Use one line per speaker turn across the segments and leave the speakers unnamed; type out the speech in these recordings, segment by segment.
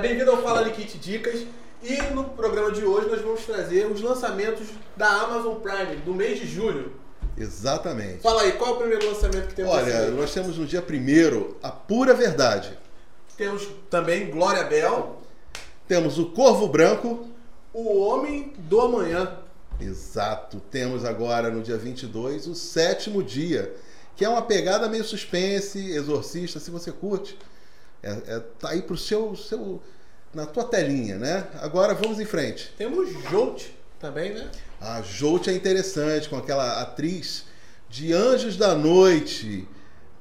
bem-vindo ao Fala Liquid Dicas. E no programa de hoje nós vamos trazer os lançamentos da Amazon Prime do mês de julho.
Exatamente.
Fala aí, qual é o primeiro lançamento que temos
Olha,
esse mês?
nós temos no dia primeiro a pura verdade.
Temos também Glória Bell,
Temos o Corvo Branco.
O Homem do Amanhã.
Exato. Temos agora no dia 22 o sétimo dia, que é uma pegada meio suspense, exorcista, se você curte. É, é- tá aí pro seu, seu. na tua telinha, né? Agora vamos em frente.
Temos Jolt também, né?
A Jolt é interessante, com aquela atriz de Anjos da Noite.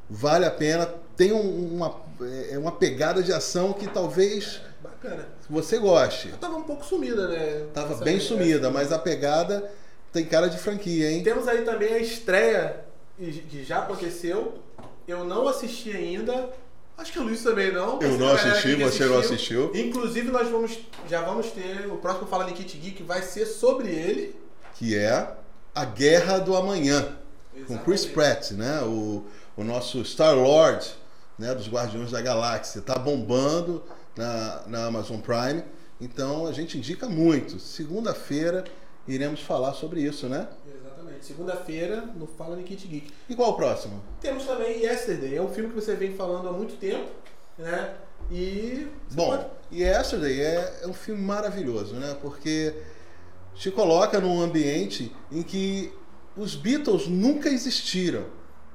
Vale a pena. Tem um- uma, é uma pegada de ação que talvez
Bacana.
você goste.
Ela tava um pouco sumida, né?
Tava
Essa-
bem sumida, mas a pegada tem cara de franquia, hein?
Temos aí também a estreia e- que já aconteceu. Eu não assisti ainda. Acho que o Luiz também não.
Eu
Mas
não
a galera
assisti,
que
você não assistiu.
Inclusive, nós vamos, já vamos ter o próximo Fala de Kit Geek, vai ser sobre ele.
Que é A Guerra do Amanhã, com Chris
Exatamente.
Pratt, né? O, o nosso Star-Lord né? dos Guardiões da Galáxia. Tá bombando na, na Amazon Prime. Então a gente indica muito. Segunda-feira iremos falar sobre isso, né?
Exatamente. Segunda-feira, no Fala de Kit Geek.
E qual o próximo?
Temos também Yesterday, é um filme que você vem falando há muito tempo, né? E. você pode-
Bom, Yesterday é, é um filme maravilhoso, né? Porque te coloca num ambiente em que os Beatles nunca existiram,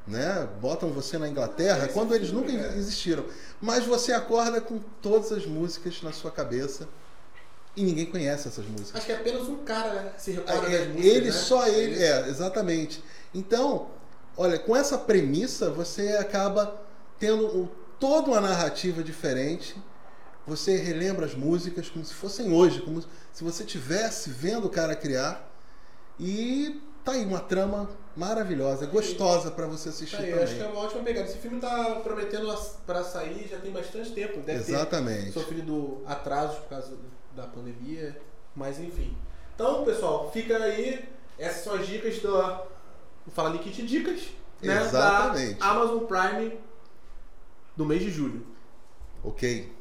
né? Botam você na Inglaterra
Esse
quando eles
filme, é.
nunca
cara.
existiram, mas você acorda com todas as músicas na sua cabeça e ninguém conhece essas músicas.
Acho que apenas um cara se recorda
É,
das músicas.
ele
né?
só ele, é, exatamente. Então, olha, com essa premissa você acaba tendo o- toda uma narrativa diferente. Você relembra as músicas como se fossem hoje, como se você tivesse vendo o cara criar. E tá aí uma trama maravilhosa, gostosa para você assistir
Tá aí, eu acho que é
também.
uma ótima pegada. Esse filme tá prometendo as- pra sair já tem bastante tempo. Deve ter
Exatamente.
sofrido atrasos por causa da pandemia, mas enfim. Então, pessoal, fica aí. Essas são as dicas da. O Fala de Kit Dicas, né?
Exatamente.
Da Amazon Prime do mês de julho.
Ok.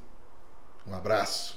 Um abraço.